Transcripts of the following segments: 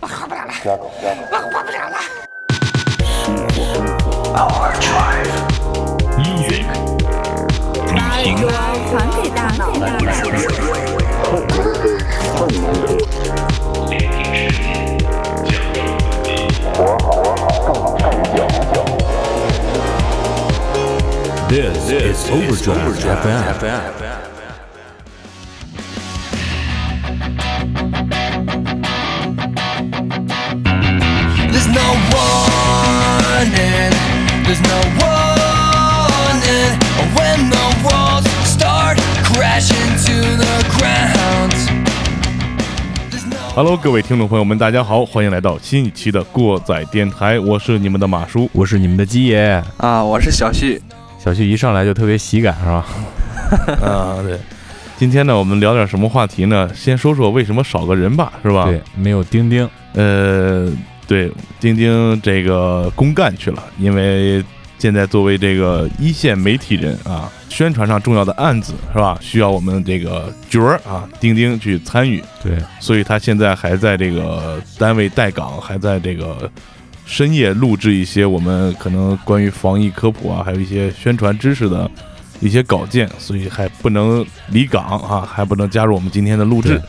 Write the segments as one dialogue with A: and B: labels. A: 我活不了了，
B: 加狗，加狗。
A: 我活不了了。
C: 音乐旅行
D: 传给大脑，
C: ，This is Overdrive FM。
E: There's no warning. There's no warning. When the walls start crashing to the ground. There's no
F: Hello，各位听众朋友们，大家好，欢迎来到新一期的过载电台，我是你们的马叔。
G: 我是你们的鸡爷，
H: 啊，我是小旭，
G: 小旭一上来就特别喜感是吧？
F: 啊，对，今天呢，我们聊点什么话题呢？先说说为什么少个人吧，是吧？
G: 对，，没有钉钉，
F: 呃，对，丁丁这个公干去了，因为现在作为这个一线媒体人啊，宣传上重要的案子是吧，需要我们这个角儿啊，丁丁去参与，
G: 对，
F: 所以他现在还在这个单位待岗，还在这个深夜录制一些我们可能关于防疫科普啊，还有一些宣传知识的一些稿件，所以还不能离岗啊，还不能加入我们今天的录制
G: 对。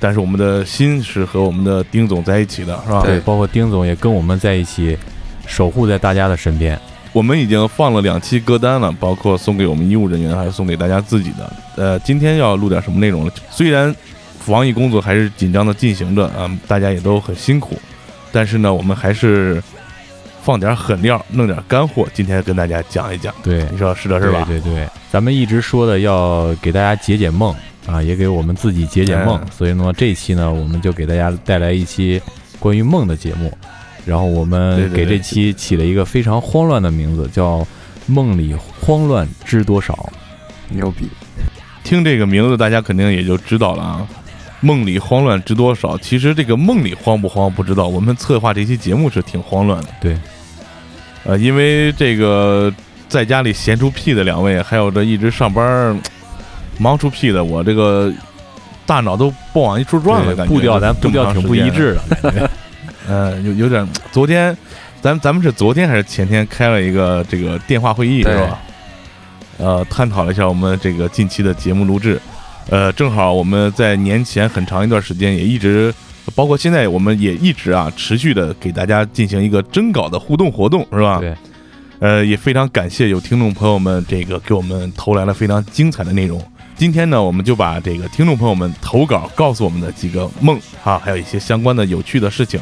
F: 但是我们的心是和我们的丁总在一起的，是吧？
G: 对，包括丁总也跟我们在一起，守护在大家的身边。
F: 我们已经放了两期歌单了，包括送给我们医务人员，还有送给大家自己的。呃，今天要录点什么内容呢？虽然防疫工作还是紧张的进行着，嗯、大家也都很辛苦，但是呢，我们还是放点狠料，弄点干货，今天跟大家讲一讲。
G: 对，
F: 你说是的是吧？
G: 对对对，咱们一直说的要给大家解解梦啊，也给我们自己解解梦。
F: 嗯
G: 所以呢，这一期呢，我们就给大家带来一期关于梦的节目。然后我
F: 对
G: 们
F: 对
G: 给
F: 对
G: 这期起了一个非常慌乱的名字，叫《梦里慌乱知多少》。
H: 牛逼！
F: 听这个名字，大家肯定也就知道了啊。梦里慌乱知多少？其实这个梦里慌不慌不知道。我们策划这期节目是挺慌乱的，
G: 对，
F: 呃，因为这个在家里闲出屁的两位，还有这一直上班儿忙出屁的我，这个大脑都不往一处转了，
G: 对
F: 感觉
G: 步调咱步
F: 这么
G: 调
F: 长
G: 挺
F: 时
G: 不一
F: 间了
G: 致的。
F: 呃，有有点，昨天，咱咱们是昨天还是前天开了一个这个电话会议是
H: 对
F: 吧？呃，探讨了一下我们这个近期的节目录制，呃，正好我们在年前很长一段时间也一直，包括现在我们也一直啊持续的给大家进行一个征稿的互动活动是吧？
G: 对，
F: 呃，也非常感谢有听众朋友们这个给我们投来了非常精彩的内容。今天呢，我们就把这个听众朋友们投稿告诉我们的几个梦啊，还有一些相关的有趣的事情，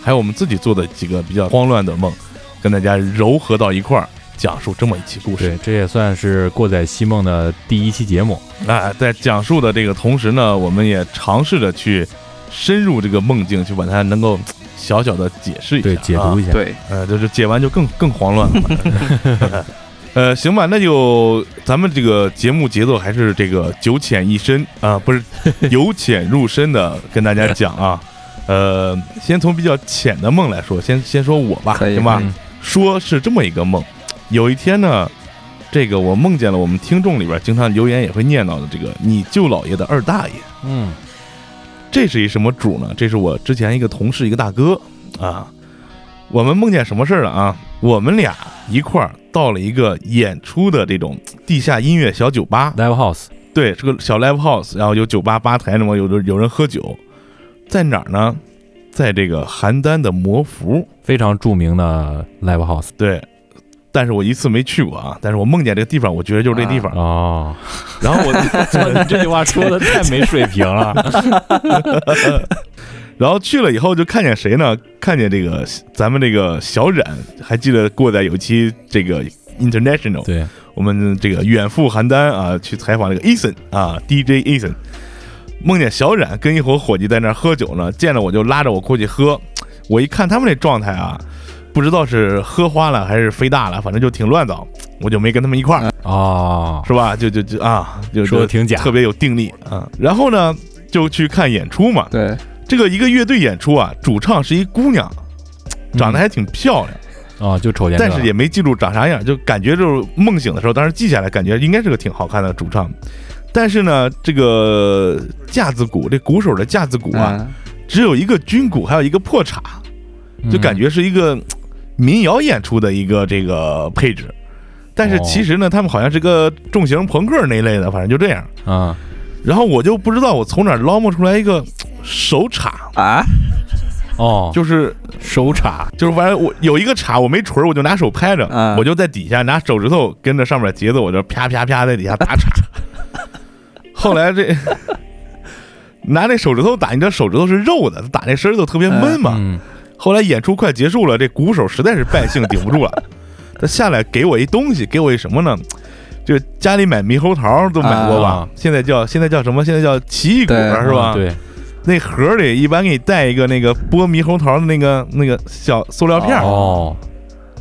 F: 还有我们自己做的几个比较慌乱的梦，跟大家糅合到一块儿，讲述这么一期故事
G: 对，。这也算是过载西梦的第一期节目。
F: 啊，在讲述的这个同时呢，我们也尝试着去深入这个梦境，去把它能够小小的解释一下，
G: 对，解
F: 啊
G: 读一下。
H: 对，
F: 呃，就是解完就更更慌乱了嘛。 呃，行吧，那就咱们这个节目节奏还是这个由浅一深啊、不是由浅入深的跟大家讲啊。 呃，先从比较浅的梦来说，先先说我吧，
H: 可以嗯
F: 行吧
H: 可以？
F: 说是这么一个梦，有一天呢，这个我梦见了我们听众里边经常留言也会念叨的这个你舅姥爷的二大爷，
G: 嗯，
F: 这是一什么主呢？这是我之前一个同事，一个大哥啊。我们梦见什么事儿了啊？我们俩一块儿到了一个演出的这种地下音乐小酒吧，
G: Live House
F: 对，是个小 live house，然后有酒吧吧台什么，有的有人喝酒，在哪儿呢？在这个邯郸的魔福，
G: 非常著名的 Live House
F: 对。但是我一次没去过啊，但是我梦见这个地方，我觉得就是这地方。
G: 哦。
F: 然 后我
G: 你这句话说的太没水平了。
F: 然后去了以后就看见谁呢？看见这个咱们这个小冉，还记得过载有一期这个 international，
G: 对，
F: 我们这个远赴邯郸啊，去采访这个 Eason 啊，DJ Eason，梦见小冉跟一伙伙计在那儿喝酒呢，见了我就拉着我过去喝，我一看他们这状态啊，不知道是喝花了还是飞大了，反正就挺乱糟，我就没跟他们一块儿。
G: 哦，
F: 是吧？就就就啊，就
G: 说得
F: 就
G: 挺假
F: 特别有定力啊。然后呢，就去看演出嘛。
H: 对，
F: 这个一个乐队演出啊，主唱是一姑娘，长得还挺漂亮，
G: 哦，就瞅见这
F: 但
G: 个，
F: 是也没记住长啥样，就感觉就是梦醒的时候，当时记下来，感觉应该是个挺好看的主唱。但是呢，这个架子鼓，这鼓手的架子鼓啊，
H: 嗯，
F: 只有一个军鼓，还有一个破镲，就感觉是一个嗯民谣演出的一个这个配置。但是
G: 哦
F: 其实呢，他们好像是个重型朋克那一类的，反正就这样。
G: 啊，
F: 然后我就不知道我从哪儿捞摸出来一个嗯手镲，
H: 啊，
G: 哦，
F: 就是
G: 手镲，
F: 就是完了，我有一个镲，我没锤儿，我就拿手拍着，
H: 嗯
F: 我就在底下拿手指头跟着上面节奏，我就啪啪啪在底下打镲。 后来这拿那手指头打，你知道手指头是肉的，打那声儿就特别闷嘛。
G: 嗯，
F: 后来演出快结束了，这鼓手实在是败兴，顶不住了，他下来给我一东西，给我一什么呢？就家里买猕猴桃都买过吧？
G: 啊
F: 现在叫现在叫什么？现在叫奇异果
H: 对
F: 是吧？
G: 啊对，
F: 那盒里一般给你带一个那个剥猕猴桃的那个那个小塑料片儿，
G: 哦，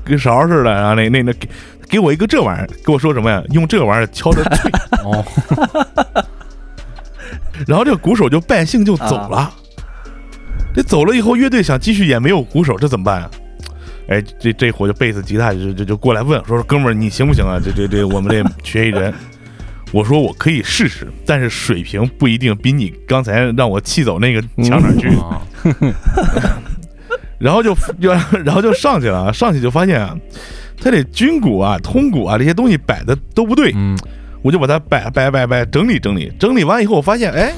F: 跟勺似的，然后那那那给给我一个这玩意儿，跟我说什么呀？用这玩意儿敲着脆，
G: 哦，
F: 然后这个鼓手就败兴就走了。这走了以后，乐队想继续演，没有鼓手，这怎么办啊？哎，这这伙就贝斯、吉他就就就过来问说：“哥们儿，你行不行啊？这这这，我们这缺一人。”我说：“我可以试试，但是水平不一定比你刚才让我气走那个强哪儿去。
G: 啊
F: 然后就 就然后就上去了啊，上去就发现啊，他这军鼓啊、通鼓啊这些东西摆的都不对，
G: 嗯，
F: 我就把它摆摆摆摆整理整理，整理完以后，我发现哎，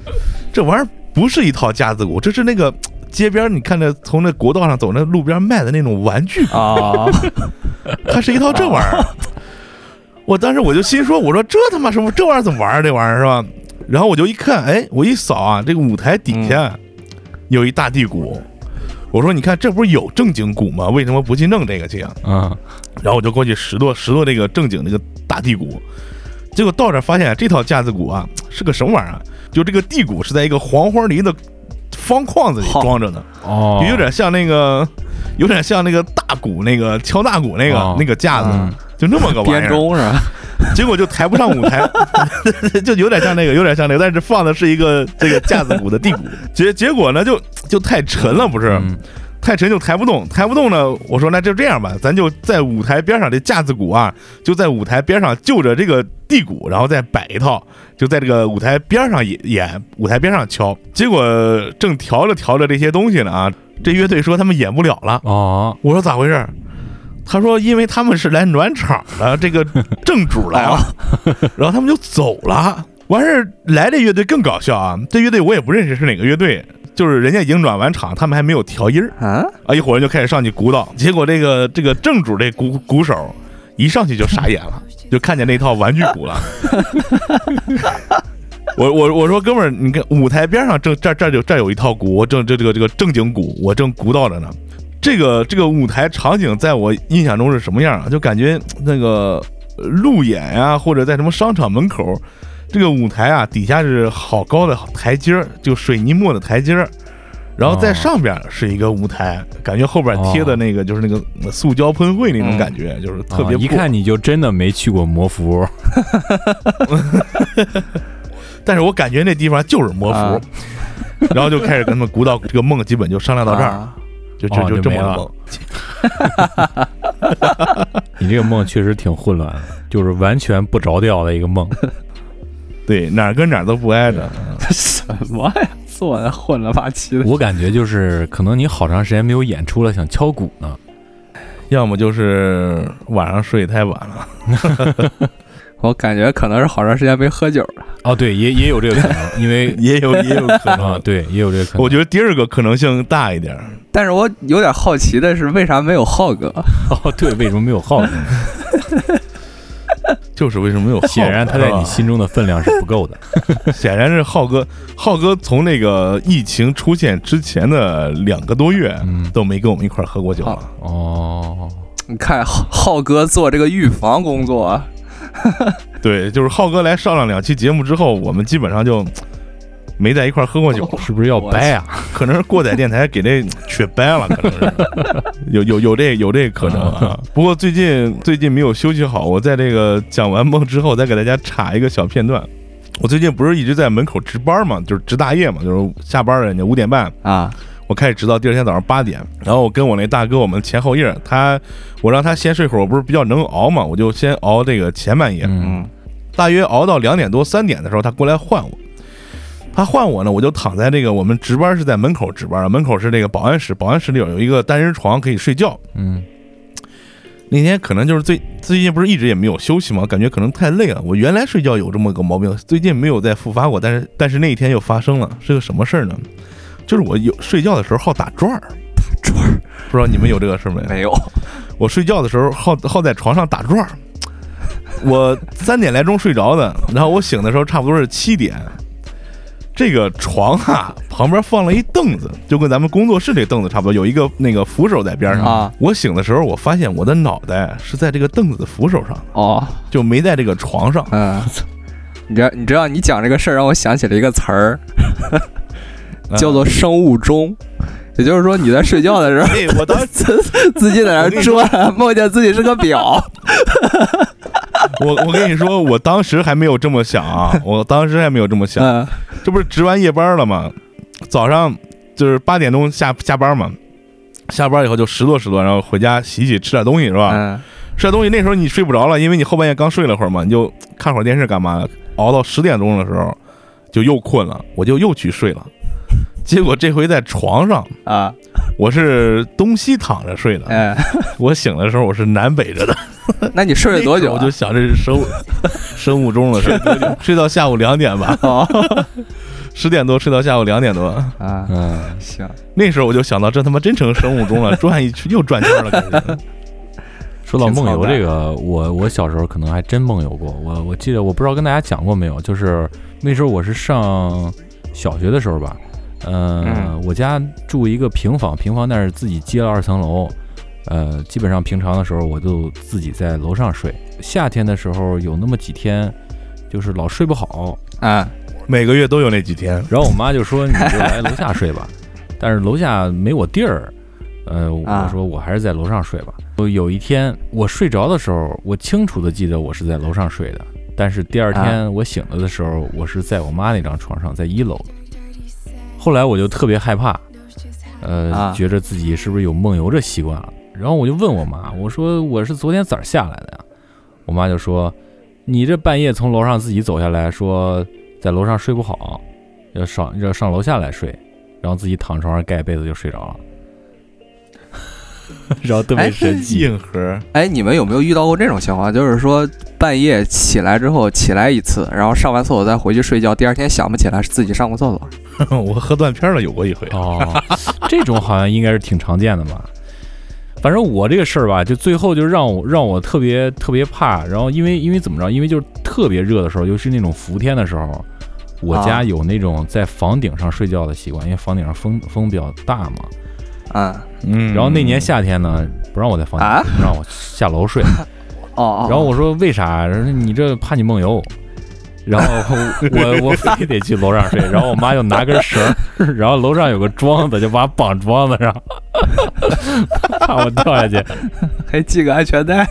F: 这玩意儿不是一套架子鼓，这是那个街边儿你看着从那国道上走那路边卖的那种玩具鼓，
H: 哦，
F: 它是一套这玩意儿。我当时我就心说，我说这他妈什么这玩意儿怎么玩儿啊？这玩意儿是吧？然后我就一看，哎，我一扫啊，这个舞台底下有一大地鼓。我说，你看，这不是有正经鼓吗？为什么不去弄这个去啊？
G: 嗯，
F: 然后我就过去拾掇拾掇这个正经这个大地鼓，结果到这儿发现这套架子鼓啊是个什么玩意儿啊？就这个地鼓是在一个黄花梨的方框子里
H: 好
F: 装着的，
G: 哦，
F: 有点像那个，有点像那个大鼓那个敲大鼓那个、
G: 哦
F: 那个架子，
G: 嗯
F: 就那么个玩意
H: 编
F: 儿，
H: 钟是吧？
F: 结果就抬不上舞 台，就有点像那个，有点像那个，但是放的是一个这个架子鼓的地鼓，结结果呢就就太沉了，不是。
G: 嗯，
F: 太沉就抬不动，抬不动呢，我说那就这样吧，咱就在舞台边上这架子鼓啊，就在舞台边上就着这个地鼓，然后再摆一套，就在这个舞台边上演演，舞台边上敲。结果正调着调着这些东西呢啊，这乐队说他们演不了了，
G: 哦，
F: 我说咋回事儿？他说因为他们是来暖场的，这个正主来了，然后他们就走了。完事儿来这乐队更搞笑啊，这乐队我也不认识是哪个乐队，就是人家已经暖完场，他们还没有调音儿。
H: 啊，
F: 啊，一伙人就开始上去鼓捣，结果这个这个正主这鼓鼓手一上去就傻眼了，就看见那套玩具鼓了。 我我我说哥们儿，你看舞台边上正这这有这有一套鼓，我正这这个这个正经鼓，我正鼓捣着呢。这个这个舞台场景在我印象中是什么样啊？就感觉那个呃路演呀、或者在什么商场门口，这个舞台啊底下是好高的台阶儿，就水泥磨的台阶儿，然后在
G: 哦
F: 上边儿是一个舞台，感觉后边儿贴的那个就是那个呃塑胶喷绘那种感觉，就是特别
G: 啊一
F: 破
G: 看你就真的没去过魔服，
F: 但是我感觉那地方就是魔服，
H: 啊
F: 然后就开始跟他们鼓捣这个梦，基本就商量到这儿，
H: 啊
F: 就就
G: 哦
F: 就
G: 就
F: 这么
G: 没
F: 个
G: 了
F: 梦。
G: 你这个梦确实挺混乱的，就是完全不着调的一个 梦。
F: 对，哪儿跟哪儿都不挨着。
G: 嗯
H: 什么呀？做的混了吧唧的，
G: 我感觉就是可能你好长时间没有演出了，想敲鼓呢。
F: 要么就是晚上睡太晚了，
H: 我感觉可能是好长时间没喝酒了。
G: 哦，对，也也有这个可能，因 为
F: 也有也有可
G: 啊，。对，也有这个可能。
F: 我觉得第二个可能性大一点儿，
H: 但是我有点好奇的是，为啥没有浩哥？
G: 哦，对，为什么没有浩哥？
F: 就是为什么没有浩 哥？
G: 显然他在你
F: 是
G: 心中的分量是不够的。
F: 吧显然是浩哥，浩哥从那个疫情出现之前的两个多月
G: 嗯，
F: 都没跟我们一块儿喝过酒了。
G: 哦，
H: 你看浩浩哥做这个预防工作啊，
F: 对，就是浩哥来上了两期节目之后，我们基本上就没在一块儿喝过酒了。
G: 是不是要掰啊？
F: 可能是过载电台给这雪掰了，可能是有有有这有这可能啊。 不过最近最近没有休息好，我在这个讲完梦之后，再给大家插一个小片段。我最近不是一直在门口值班嘛，就是值大夜嘛，就是下班了，人家五点半，
H: 啊，
F: 我开始值到第二天早上八点。然后我跟我那大哥，我们前后夜，他我让他先睡会儿，我不是比较能熬嘛，我就先熬这个前半夜。
G: 嗯，
F: 大约熬到两点多三点的时候，他过来换我。他换我呢，我就躺在这个我们值班是在门口值班啊，门口是这个保安室，保安室里有有一个单人床可以睡觉。
G: 嗯
F: 那天可能就是最最近不是一直也没有休息嘛，感觉可能太累了。我原来睡觉有这么个毛病，最近没有再复发过，但是但是那一天又发生了，是个什么事儿呢？就是我有睡觉的时候好打转儿，
H: 转儿
F: 不知道你们有这个事儿没有？
H: 没有，
F: 我睡觉的时候好好在床上打转儿。 我三点来钟睡着的，然后我醒的时候差不多是七点。这个床啊，旁边放了一凳子，就跟咱们工作室这凳子差不多，有一个那个扶手在边上。
H: 啊
F: 我醒的时候，我发现我的脑袋是在这个凳子的扶手上，
H: 哦，
F: 就没在这个床上。
H: 嗯，你知道你知道你讲这个事儿让我想起了一个词儿， 叫做生物钟。也就是说，你在睡觉的时候，
F: 哎，我当时
H: 自自己在那儿转，梦见自己是个表。
F: 我我跟你说，我当时还没有这么想啊，我当时还没有这么想，
H: 嗯
F: 这不是值完夜班了吗？早上就是八点钟下下班嘛，下班以后就拾掇拾掇，然后回家洗洗，吃点东西是吧？
H: 嗯，
F: 吃点东西那时候你睡不着了，因为你后半夜刚睡了会儿嘛，你就看会儿电视干嘛？熬到十点钟的时候就又困了，我就又去睡了。结果这回在床上，
H: 啊，
F: 我是东西躺着睡的，
H: 哎，
F: 我醒的时候我是南北着的。
H: 那你睡了多久
F: 我
H: 啊
F: 就？想这是生物 生物钟了，睡多久睡到下午两点吧，
H: 哦，
F: 十点多睡到下午两点多。
H: 啊，
G: 嗯，
H: 行，
F: 那时候我就想到，这他妈真成生物钟了，转一圈又转圈了，感觉。
G: 说到
H: 挺
G: 梦
H: 操
G: 游
H: 蛋
G: 这个，我我小时候可能还真梦游过。我我记得我不知道跟大家讲过没有，就是那时候我是上小学的时候吧，呃、
H: 嗯
G: 我家住一个平房，平房但是自己接了二层楼，呃，基本上平常的时候我就自己在楼上睡。夏天的时候有那么几天，就是老睡不好，
H: 啊，
F: 每个月都有那几天，
G: 然后我妈就说：“你就来楼下睡吧。”但是楼下没我地儿，呃，
H: 啊
G: 我说我还是在楼上睡吧。有一天我睡着的时候，我清楚的记得我是在楼上睡的，但是第二天我醒了的时候，我是在我妈那张床上，在一楼。后来我就特别害怕，呃，
H: 啊
G: 觉着自己是不是有梦游这习惯了。然后我就问我妈，我说我是昨天咋下来的呀？我妈就说，你这半夜从楼上自己走下来，说在楼上睡不好，要上要上楼下来睡，然后自己躺床上盖被子就睡着了， 然后特别神奇。
F: 哎硬核。
H: 哎，你们有没有遇到过这种情况？就是说半夜起来之后起来一次，然后上完厕所再回去睡觉，第二天想不起来是自己上过厕 所。
F: 我喝断片了，有过一回。
G: 哦，这种好像应该是挺常见的吧。反正我这个事儿吧，就最后就让我让我特别特别怕。然后因为因为怎么着，因为就是特别热的时候，尤其是那种伏天的时候，我
H: 啊
G: 家有那种在房顶上睡觉的习惯，因为房顶上风风比较大嘛。
H: 嗯，
F: 嗯
G: 然后那年夏天呢，不让我在房顶，
H: 啊
G: 不让我下楼睡。
H: 哦哦，
G: 然后我说为啥？然后你这怕你梦游。然后 我我非得去楼上睡，然后我妈就拿根绳儿， 然后楼上有个桩子，就把我绑桩子上， 怕我掉下去。
H: 还系个安全带。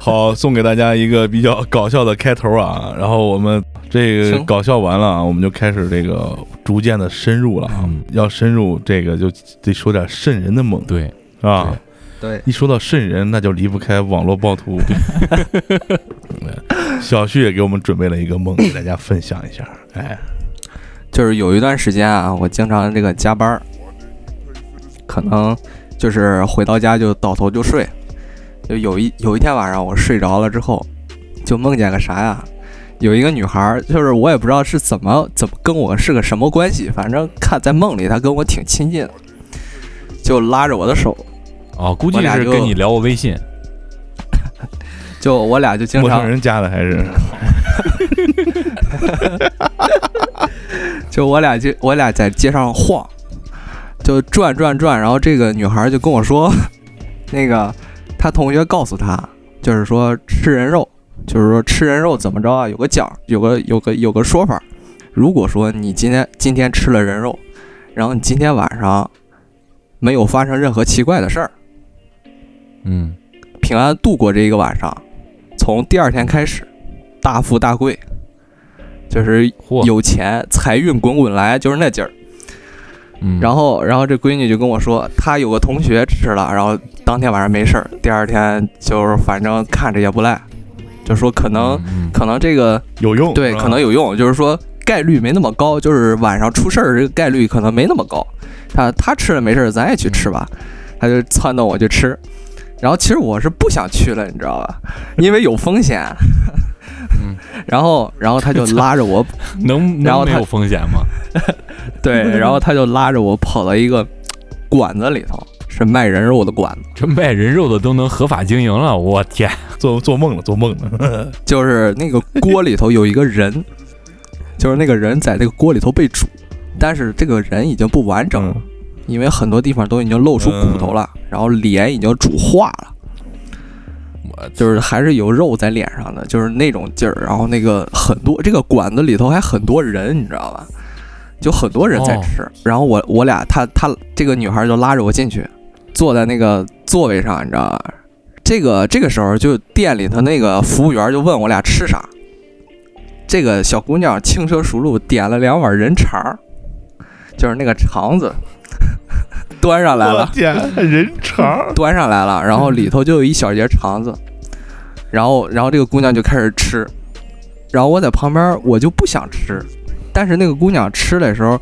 F: 好，送给大家一个比较搞笑的开头啊。然后我们这个
H: 行
F: 搞笑完了啊，我们就开始这个逐渐的深入了啊
G: 嗯。
F: 要深入这个，就得说点瘆人的梦
G: 对，
F: 啊。
H: 对，
F: 一说到瘆人，那就离不开网络 暴徒。嗯小旭也给我们准备了一个梦，给大家分享一下。哎，
H: 就是有一段时间啊，我经常这个加班儿，可能就是回到家就倒头就睡。就有一有一天晚上我睡着了之后，就梦见个啥呀？有一个女孩儿，就是我也不知道是怎么怎么跟我是个什么关系，反正看在梦里她跟我挺亲近的，就拉着我的手，
G: 哦，估计
H: 我俩
G: 是
H: 就
G: 跟你聊过微信，
H: 就我俩就经
F: 陌
H: 常
F: 生人加的还是
H: 就我俩就我俩在街上晃，就转转转，然后这个女孩就跟我说， 那个她同学告诉她，就是说吃人肉，就是说吃人肉怎么着啊，有个讲，有个有个有个说法，如果说你今天今天吃了人肉，然后你今天晚上没有发生任何奇怪的事儿，
G: 嗯，
H: 平安度过这一个晚上，从第二天开始，大富大贵，就是
G: 嚯，
H: 嗯有钱，财运滚滚来，就是那劲儿。
G: 嗯，
H: 然后，然后这闺女就跟我说，她有个同学吃了，然后当天晚上没事儿，第二天就是反正看着也不赖，就说可能、
G: 嗯，嗯
H: 可能这个
F: 有用？
H: 对
F: 是吧
H: 可能有用，就是说概率没那么高，就是晚上出事儿这个概率可能没那么高。他他吃了没事儿，咱也去吃
G: 嗯
H: 吧。他就撺掇我去吃，然后其实我是不想去了，你知道吧？因为有风险。
G: 嗯
H: 然后然后他就拉着我，
G: 能
H: 然
G: 能
H: 后
G: 没
H: 他
G: 有风险吗？
H: 对，然后他就拉着我跑到一个馆子里头，是卖人肉的馆子。
G: 这卖人肉的都能合法经营了，我天！
F: 做做梦了，做梦了。
H: 就是那个锅里头有一个人，就是那个人在这个锅里头被煮，但是这个人已经不完整了，
F: 嗯
H: 因为很多地方都已经露出骨头了，然后脸已经煮化了，
G: 我
H: 就是还是有肉在脸上的，就是那种劲儿。然后那个很多这个馆子里头还很多人，你知道吧？就很多人在吃。然后我我俩他他这个女孩就拉着我进去，坐在那个座位上，你知道吧？这个这个时候就店里头那个服务员就问我俩吃啥，这个小姑娘轻车熟路点了两碗人肠儿，就是那个肠子 端上来了
F: 我。天，人肠儿
H: 端上来了，然后里头就有一小截肠子，然后然后这个姑娘就开始吃，然后我在旁边我就不想吃，但是那个姑娘吃的时候，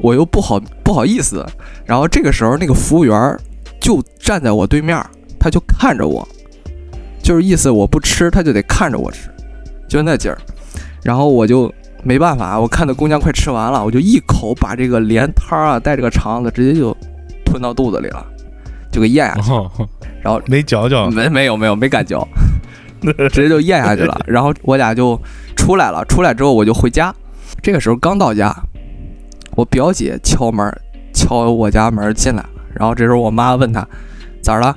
H: 我又不好不好意思，然后这个时候那个服务员就站在我对面，他就看着我，就是意思我不吃他就得看着我吃，就那劲儿，然后我就。没办法，我看那姑娘快吃完了，我就一口把这个连汤啊带这个肠子直接就吞到肚子里了，就给咽下去了
G: 哦
F: 没嚼嚼，
H: 没没有没有没敢嚼，直接就咽下去了。然后我俩就出来了，出来之后我就回家。这个时候刚到家，我表姐敲门，敲我家门进来，然后这时候我妈问她咋了，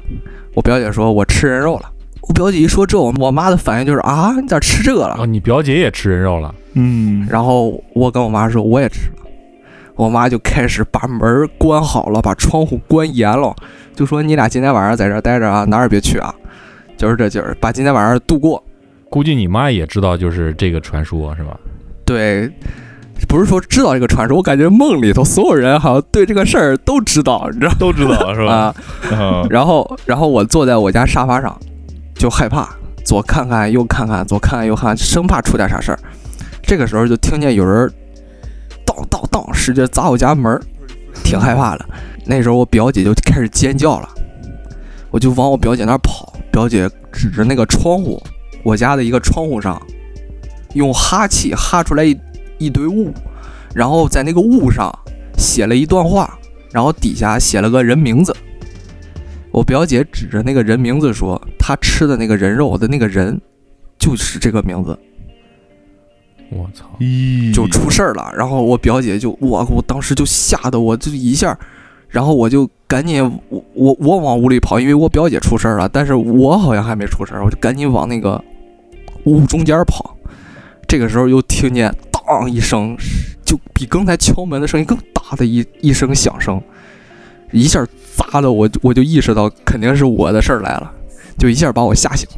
H: 我表姐说我吃人肉了。我表姐一说这，我我妈的反应就是啊，你咋吃这个了
G: 哦，？你表姐也吃人肉了？
F: 嗯，
H: 然后我跟我妈说我也吃了，我妈就开始把门关好了，把窗户关严了，就说你俩今天晚上在这儿待着啊，哪儿也别去啊，就是这劲儿，把今天晚上度过。
G: 估计你妈也知道，就是这个传说是吧？
H: 对，不是说知道这个传说，我感觉梦里头所有人好像对这个事儿都知道，你知道
F: 都知道了是
H: 吗？
F: 吧？
H: 啊
F: 嗯
H: 然后，然后我坐在我家沙发上，就害怕，左看看右看看，左看看右看看，生怕出点啥事儿。这个时候就听见有人当当当使劲砸我家门儿，挺害怕的。那时候我表姐就开始尖叫了，我就往我表姐那儿跑，表姐指着那个窗户，我家的一个窗户上，用哈气哈出来一一堆雾，然后在那个雾上写了一段话，然后底下写了个人名字。我表姐指着那个人名字说，她吃的那个人肉的那个人，就是这个名字，
G: 我操！
F: 咦，
H: 就出事儿了。然后我表姐就我我当时就吓得我就一下，然后我就赶紧我我我往屋里跑，因为我表姐出事儿了，但是我好像还没出事儿，我就赶紧往那个屋中间跑。这个时候又听见当一声，就比刚才敲门的声音更大的一一声响声，一下砸的我就我就意识到肯定是我的事儿来了，就一下把我吓醒。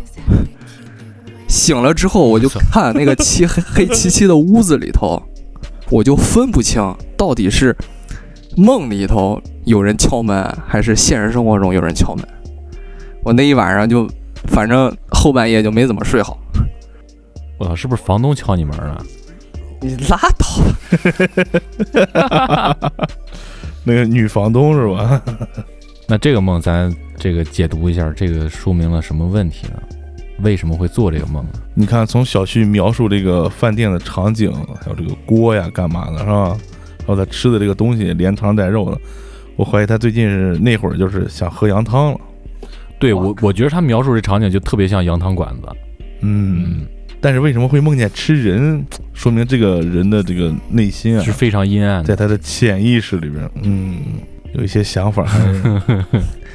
H: 醒了之后，我就看那个漆黑黑漆漆的屋子里头，我就分不清到底是梦里头有人敲门，还是现实生活中有人敲门。我那一晚上就，反正后半夜就没怎么睡好。
G: 我操，是不是房东敲你门啊了？
H: 你拉倒吧，
F: 那个女房东是吧？
G: 那这个梦咱这个解读一下，这个说明了什么问题呢？为什么会做这个梦啊呢？
F: 你看，从小旭描述这个饭店的场景，还有这个锅呀，干嘛的，是吧？然后他吃的这个东西连汤带肉的，我怀疑他最近是那会儿就是想喝羊汤了。
G: 对我，我觉得他描述这场景就特别像羊汤馆子。
F: 嗯，，但是为什么会梦见吃人？说明这个人的这个内心啊
G: 是，非常阴暗的。
F: 在他的潜意识里边，嗯，有一些想法。 还是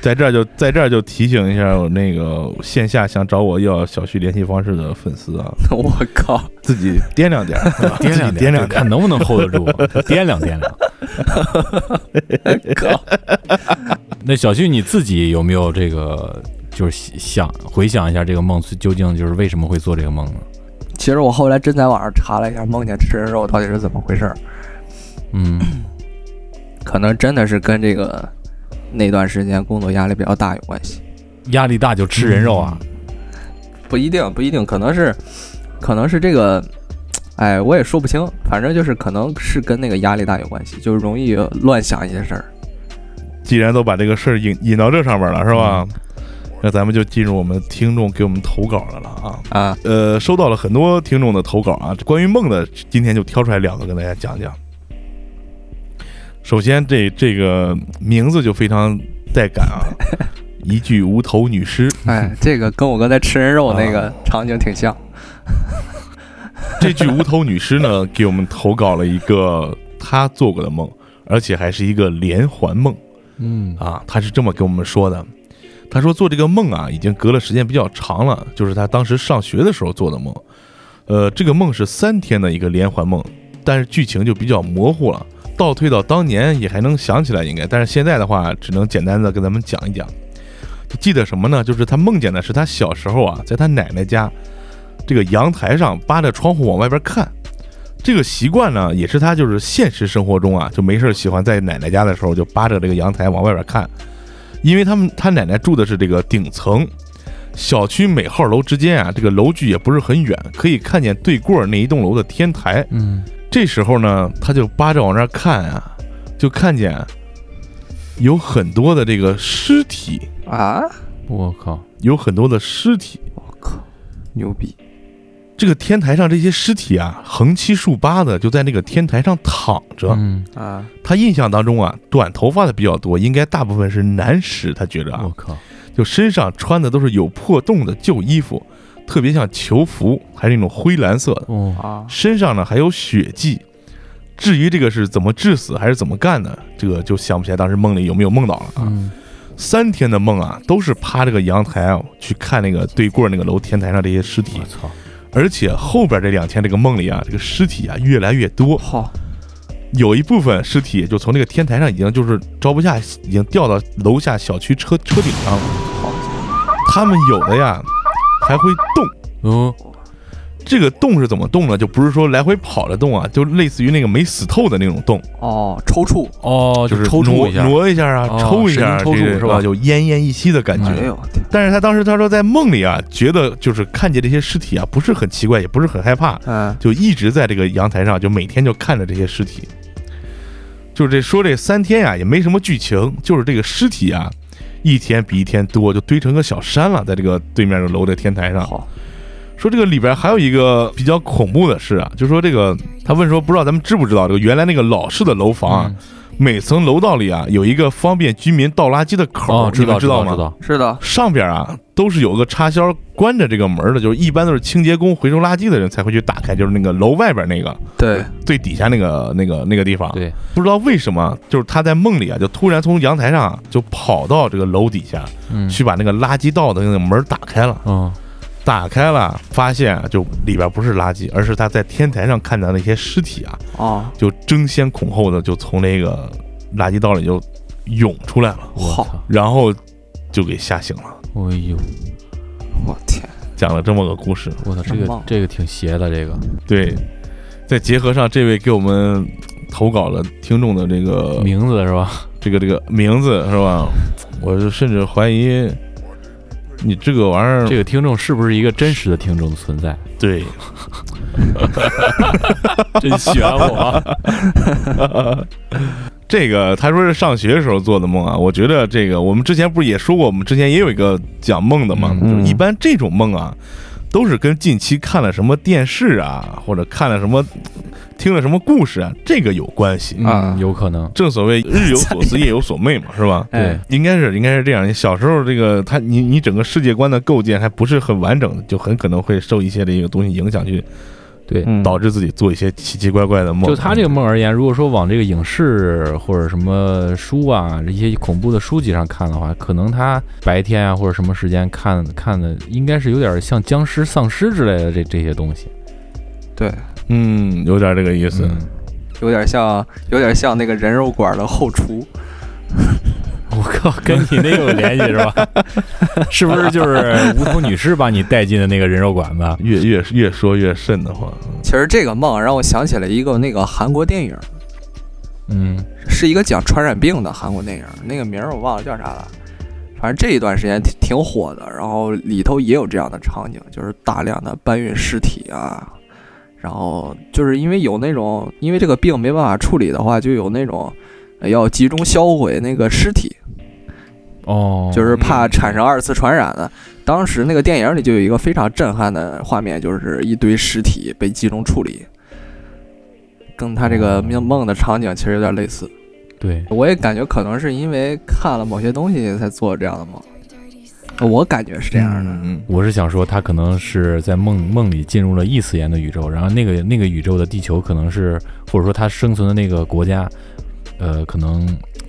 F: 在这儿就在这儿就提醒一下我那个线下想找我要小旭联系方式的粉丝啊，
H: 我靠！
F: 自己掂量点儿，是吧
G: 掂量
F: 自己掂量点
G: 看
F: 儿。
G: 能不 能 hold 得住，掂量掂 量。
H: 靠！
G: 那小旭你自己有没有这个，就是想回想一下这个梦究竟就是为什么会做这个梦呢？
H: 其实我后来真在网上查了一下梦见吃人肉到底是怎么回事儿，
G: 嗯，
H: 可能真的是跟这个那段时间工作压力比较大有关系。
G: 压力大就吃人肉啊？
H: 不一定，不一定，可能是，可能是这个哎，我也说不清，反正就是可能是跟那个压力大有关系，就是容易乱想一些事儿。
F: 既然都把这个事儿引引到这上面了，是吧？那咱们就进入我们听众给我们投稿的了啊。
H: 啊，
F: 呃，收到了很多听众的投稿啊，关于梦的，今天就挑出来两个跟大家讲讲。首先这，这个名字就非常带感啊，一具无头女尸。
H: 哎，这个跟我刚才吃人肉那
F: 啊
H: 个场景挺像。
F: 这具无头女尸呢，给我们投稿了一个她做过的梦，而且还是一个连环梦
G: 嗯
F: 啊。她是这么跟我们说的，她说做这个梦啊，已经隔了时间比较长了，就是她当时上学的时候做的梦。呃，这个梦是三天的一个连环梦，但是剧情就比较模糊了。倒退到当年也还能想起来应该，但是现在的话，只能简单的跟咱们讲一讲。记得什么呢？就是她梦见的是她小时候啊，在她奶奶家这个阳台上扒着窗户往外边看。这个习惯呢，也是她就是现实生活中啊，就没事儿喜欢在奶奶家的时候就扒着这个阳台往外边看，因为他们她奶奶住的是这个顶层，小区每号楼之间啊，这个楼距也不是很远，可以看见对过那一栋楼的天台。
G: 嗯，
F: 这时候呢，他就扒着往那儿看啊，就看见有很多的这个尸体，
H: 啊，
G: 嗯我靠，
F: 有很多的尸体。
H: 我靠，牛逼！
F: 这个天台上这些尸体啊，横七竖八的就在那个天台上躺着。
G: 嗯，
H: 啊，
F: 他印象当中啊，短头发的比较多，应该大部分是男尸。他觉着啊
G: 我，靠，
F: 就身上穿的都是有破洞的旧衣服，特别像囚服，还是那种灰蓝色的。
G: 哦，
H: 啊，
F: 身上呢还有血迹。至于这个是怎么致死还是怎么干的，这个就想不起来当时梦里有没有梦到了啊。
G: 嗯，
F: 三天的梦啊，都是趴这个阳台啊去看那个对过那个楼天台上这些尸体
G: 我，操，
F: 而且后边这两天这个梦里啊，这个尸体啊越来越多，
H: 好，
F: 有一部分尸体就从那个天台上已经就是招不下，已经掉到楼下小区车车顶上了。他们有的呀还会动，
G: 哦，
F: 这个动是怎么动呢？就不是说来回跑着动啊，就类似于那个没死透的那种动。
H: 哦，抽搐，
G: 哦，
F: 就是
G: 抽搐
F: 挪
G: 一下，
F: 挪一下啊，
G: 哦
F: 抽一下啊，
G: 神经抽搐
F: 这个
G: 是吧
F: 啊有奄奄一息的感觉。
H: 哎呦，我天
F: 但是他当时他说在梦里啊，觉得就是看见这些尸体啊，不是很奇怪，也不是很害怕，
H: 嗯，
F: 就一直在这个阳台上，就每天就看着这些尸体。就是这说这三天呀、也没什么剧情，就是这个尸体啊，一天比一天多，就堆成个小山了，在这个对面的楼的天台上。
H: 好，
F: 说这个里边还有一个比较恐怖的事啊，就说这个他问说不知道咱们知不知道这个原来那个老式的楼房啊，
G: 嗯
F: 每层楼道里啊有一个方便居民倒垃圾的口儿，
G: 哦，知
F: 你们
G: 道
F: 知
G: 道
F: 吗？
G: 知道，
H: 是的，
F: 上边啊都是有个插销关着这个门儿的，就是一般都是清洁工、回收垃圾的人才会去打开，就是那个楼外边那个
H: 对，
F: 最底下那个那个那个地方。
G: 对，
F: 不知道为什么，就是他在梦里啊，就突然从阳台上啊就跑到这个楼底下
G: 嗯，
F: 去把那个垃圾道的那个门儿打开了。
G: 哦，
F: 打开了，发现啊就里边不是垃圾，而是他在天台上看到那些尸体啊，
H: 哦，
F: 就争先恐后的就从那个垃圾道里就涌出来了，
G: 我
H: 好
G: 操，
F: 然后就给吓醒了。
G: 哎呦，
H: 我天，
F: 讲了这么个故事，
G: 我操，这
H: 真
G: 个
H: 棒
G: 这个挺邪的，这个，
F: 对，再结合上这位给我们投稿了听众的这个
G: 名字是吧？
F: 这个这个名字是吧？我就甚至怀疑你这个玩意儿
G: 这个听众是不是一个真实的听众存在？
F: 对
G: 真选我，啊
F: 这个，他说是上学时候做的梦啊。我觉得这个，我们之前不是也说过，我们之前也有一个讲梦的嘛。
H: 嗯
F: 就是一般这种梦啊，都是跟近期看了什么电视啊，或者看了什么、听了什么故事啊，这个有关系。
H: 啊
G: 嗯，有可能，
F: 正所谓日有所思，夜有所寐嘛，是吧？
H: 哎
G: 对，
F: 应该是应该是这样。你小时候这个他你你整个世界观的构建还不是很完整，就很可能会受一些这个东西影响，去
G: 对，
H: 嗯
F: 导致自己做一些奇奇怪怪的梦。
G: 就他这个梦而言，如果说往这个影视或者什么书啊，一些恐怖的书籍上看的话，可能他白天啊或者什么时间看看的，应该是有点像僵尸、丧尸之类的这这些东西。
H: 对，
F: 嗯，有点这个意思。
G: 嗯，
H: 有点像，有点像那个人肉馆的后厨，
G: 我靠，跟你那个有联系是吧？ 是不是就是无头女尸把你带进的那个人肉馆子？
F: 越越越说越瘆得慌。
H: 其实这个梦让我想起了一个那个韩国电影，
G: 嗯，
H: 是一个讲传染病的韩国电影，那个名儿我忘了叫啥了。反正这一段时间挺挺火的，然后里头也有这样的场景，就是大量的搬运尸体啊，然后就是因为有那种，因为这个病没办法处理的话，就有那种呃要集中销毁那个尸体，
G: 哦，
H: 就是怕
F: 嗯
H: 产生二次传染的。当时那个电影里就有一个非常震撼的画面，就是一堆尸体被集中处理，跟他这个
G: 哦
H: 命梦的场景其实有点类似。
G: 对，
H: 我也感觉可能是因为看了某些东西才做这样的梦，我感觉是这样的。
F: 嗯，
G: 我是想说，他可能是在梦梦里进入了异次元的宇宙，然后那个那个宇宙的地球可能是，或者说他生存的那个国家，呃，可能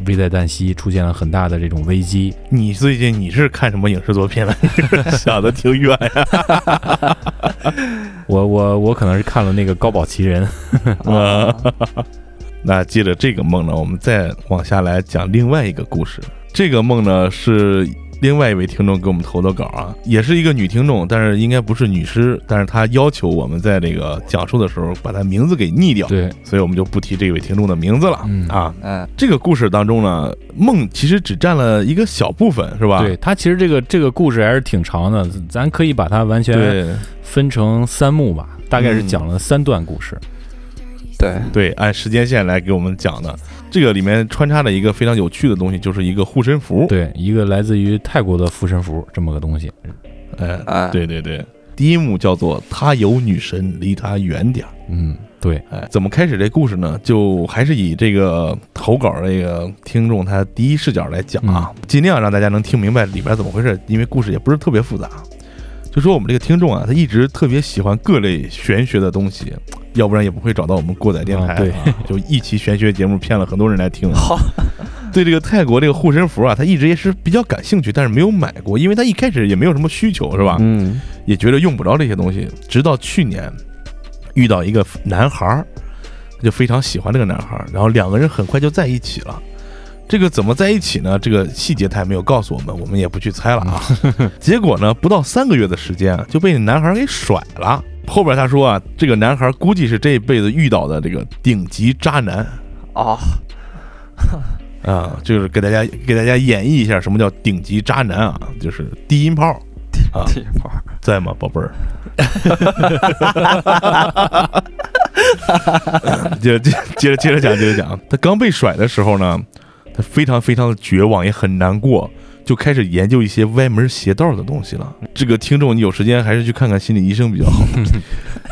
G: 危在旦夕，出现了很大的这种危机。
F: 你最近你是看什么影视作品了？ 想的挺远呀。
G: 我我我可能是看了那个《高保奇人》，
F: 嗯
H: 啊，
F: 那接着这个梦呢，我们再往下来讲另外一个故事。这个梦呢是另外一位听众给我们投的稿啊，也是一个女听众，但是应该不是女尸，但是她要求我们在这个讲述的时候把她名字给匿掉，
G: 对，
F: 嗯所以我们就不提这位听众的名字了、
G: 嗯
F: 啊。
H: 嗯，
F: 这个故事当中呢，梦其实只占了一个小部分，是吧？
G: 对他其实这个这个故事还是挺长的，咱可以把它完全
F: 对
G: 分成三幕吧，大概是
F: 嗯
G: 讲了三段故事。
H: 对，
F: 对，按时间线来给我们讲的。这个里面穿插了一个非常有趣的东西，就是一个护身符。，
G: 对，一个来自于泰国的护身符这么个东西。
F: 哎，
H: 啊，
F: 对对对，第一幕叫做“他有女神，离他远点儿
G: 嗯，对，”。
F: 哎，怎么开始这故事呢？就还是以这个投稿这个听众他第一视角来讲啊，尽量让大家能听明白里边怎么回事，因为故事也不是特别复杂。就说我们这个听众啊，他一直特别喜欢各类玄学的东西，要不然也不会找到我们过载电台。
G: 啊对，
F: 就一期玄学节目骗了很多人来听。
H: 好，
F: 对这个泰国这个护身符啊，他一直也是比较感兴趣，但是没有买过，因为他一开始也没有什么需求，是吧？
H: 嗯，
F: 也觉得用不着这些东西。直到去年遇到一个男孩儿，他就非常喜欢这个男孩儿，然后两个人很快就在一起了。这个怎么在一起呢？这个细节他也没有告诉我们，我们也不去猜了啊。结果呢，不到三个月的时间啊就被男孩儿给甩了。后边他说啊，这个男孩儿估计是这辈子遇到的这个顶级渣男
H: 哦，
F: 啊，就是给大家给大家演绎一下什么叫顶级渣男啊，就是低音炮。啊
H: 地方儿
F: 在吗，宝贝儿？ 接接接着接着讲，接着讲。他刚被甩的时候呢，他非常非常的绝望，也很难过，就开始研究一些歪门邪道的东西了。这个听众，你有时间还是去看看心理医生比较好。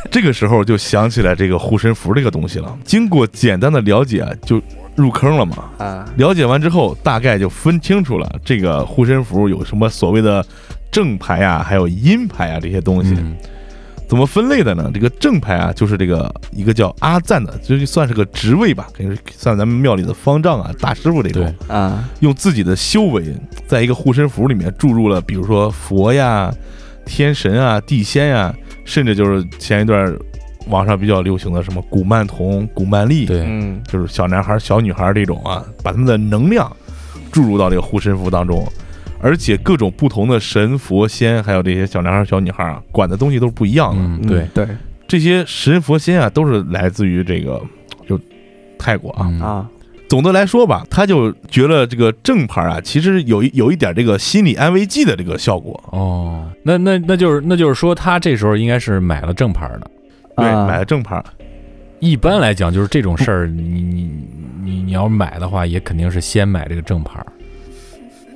F: 这个时候就想起来这个护身符这个东西了。经过简单的了解，啊就入坑了嘛。
H: 啊，
F: 了解完之后，大概就分清楚了这个护身符有什么所谓的正牌啊，还有阴牌啊这些东西、
G: 嗯，
F: 怎么分类的呢？这个正牌啊，就是这个一个叫阿赞的，就算是个职位吧，可以算咱们庙里的方丈啊、大师傅这种
G: 对，
H: 啊，
F: 用自己的修为，在一个护身符里面注入了，比如说佛呀、天神啊、地仙呀，甚至就是前一段网上比较流行的什么古曼童、古曼丽，
G: 对，
H: 嗯，
F: 就是小男孩、小女孩这种啊，把他们的能量注入到这个护身符当中，而且各种不同的神、佛、仙，还有这些小男孩、小女孩啊，管的东西都是不一样的。
G: 嗯，对，
H: 对
F: 这些神、佛、仙啊，都是来自于这个就泰国啊。
G: 嗯，
H: 啊，
F: 总的来说吧，他就觉得这个正牌啊，其实有一有一点这个心理安慰剂的这个效果。
G: 哦，那那那就是那就是说，他这时候应该是买了正牌的。
F: 对，
H: 啊
F: 买了正牌，
G: 一般来讲，就是这种事儿，你你你你要买的话，也肯定是先买这个正牌儿。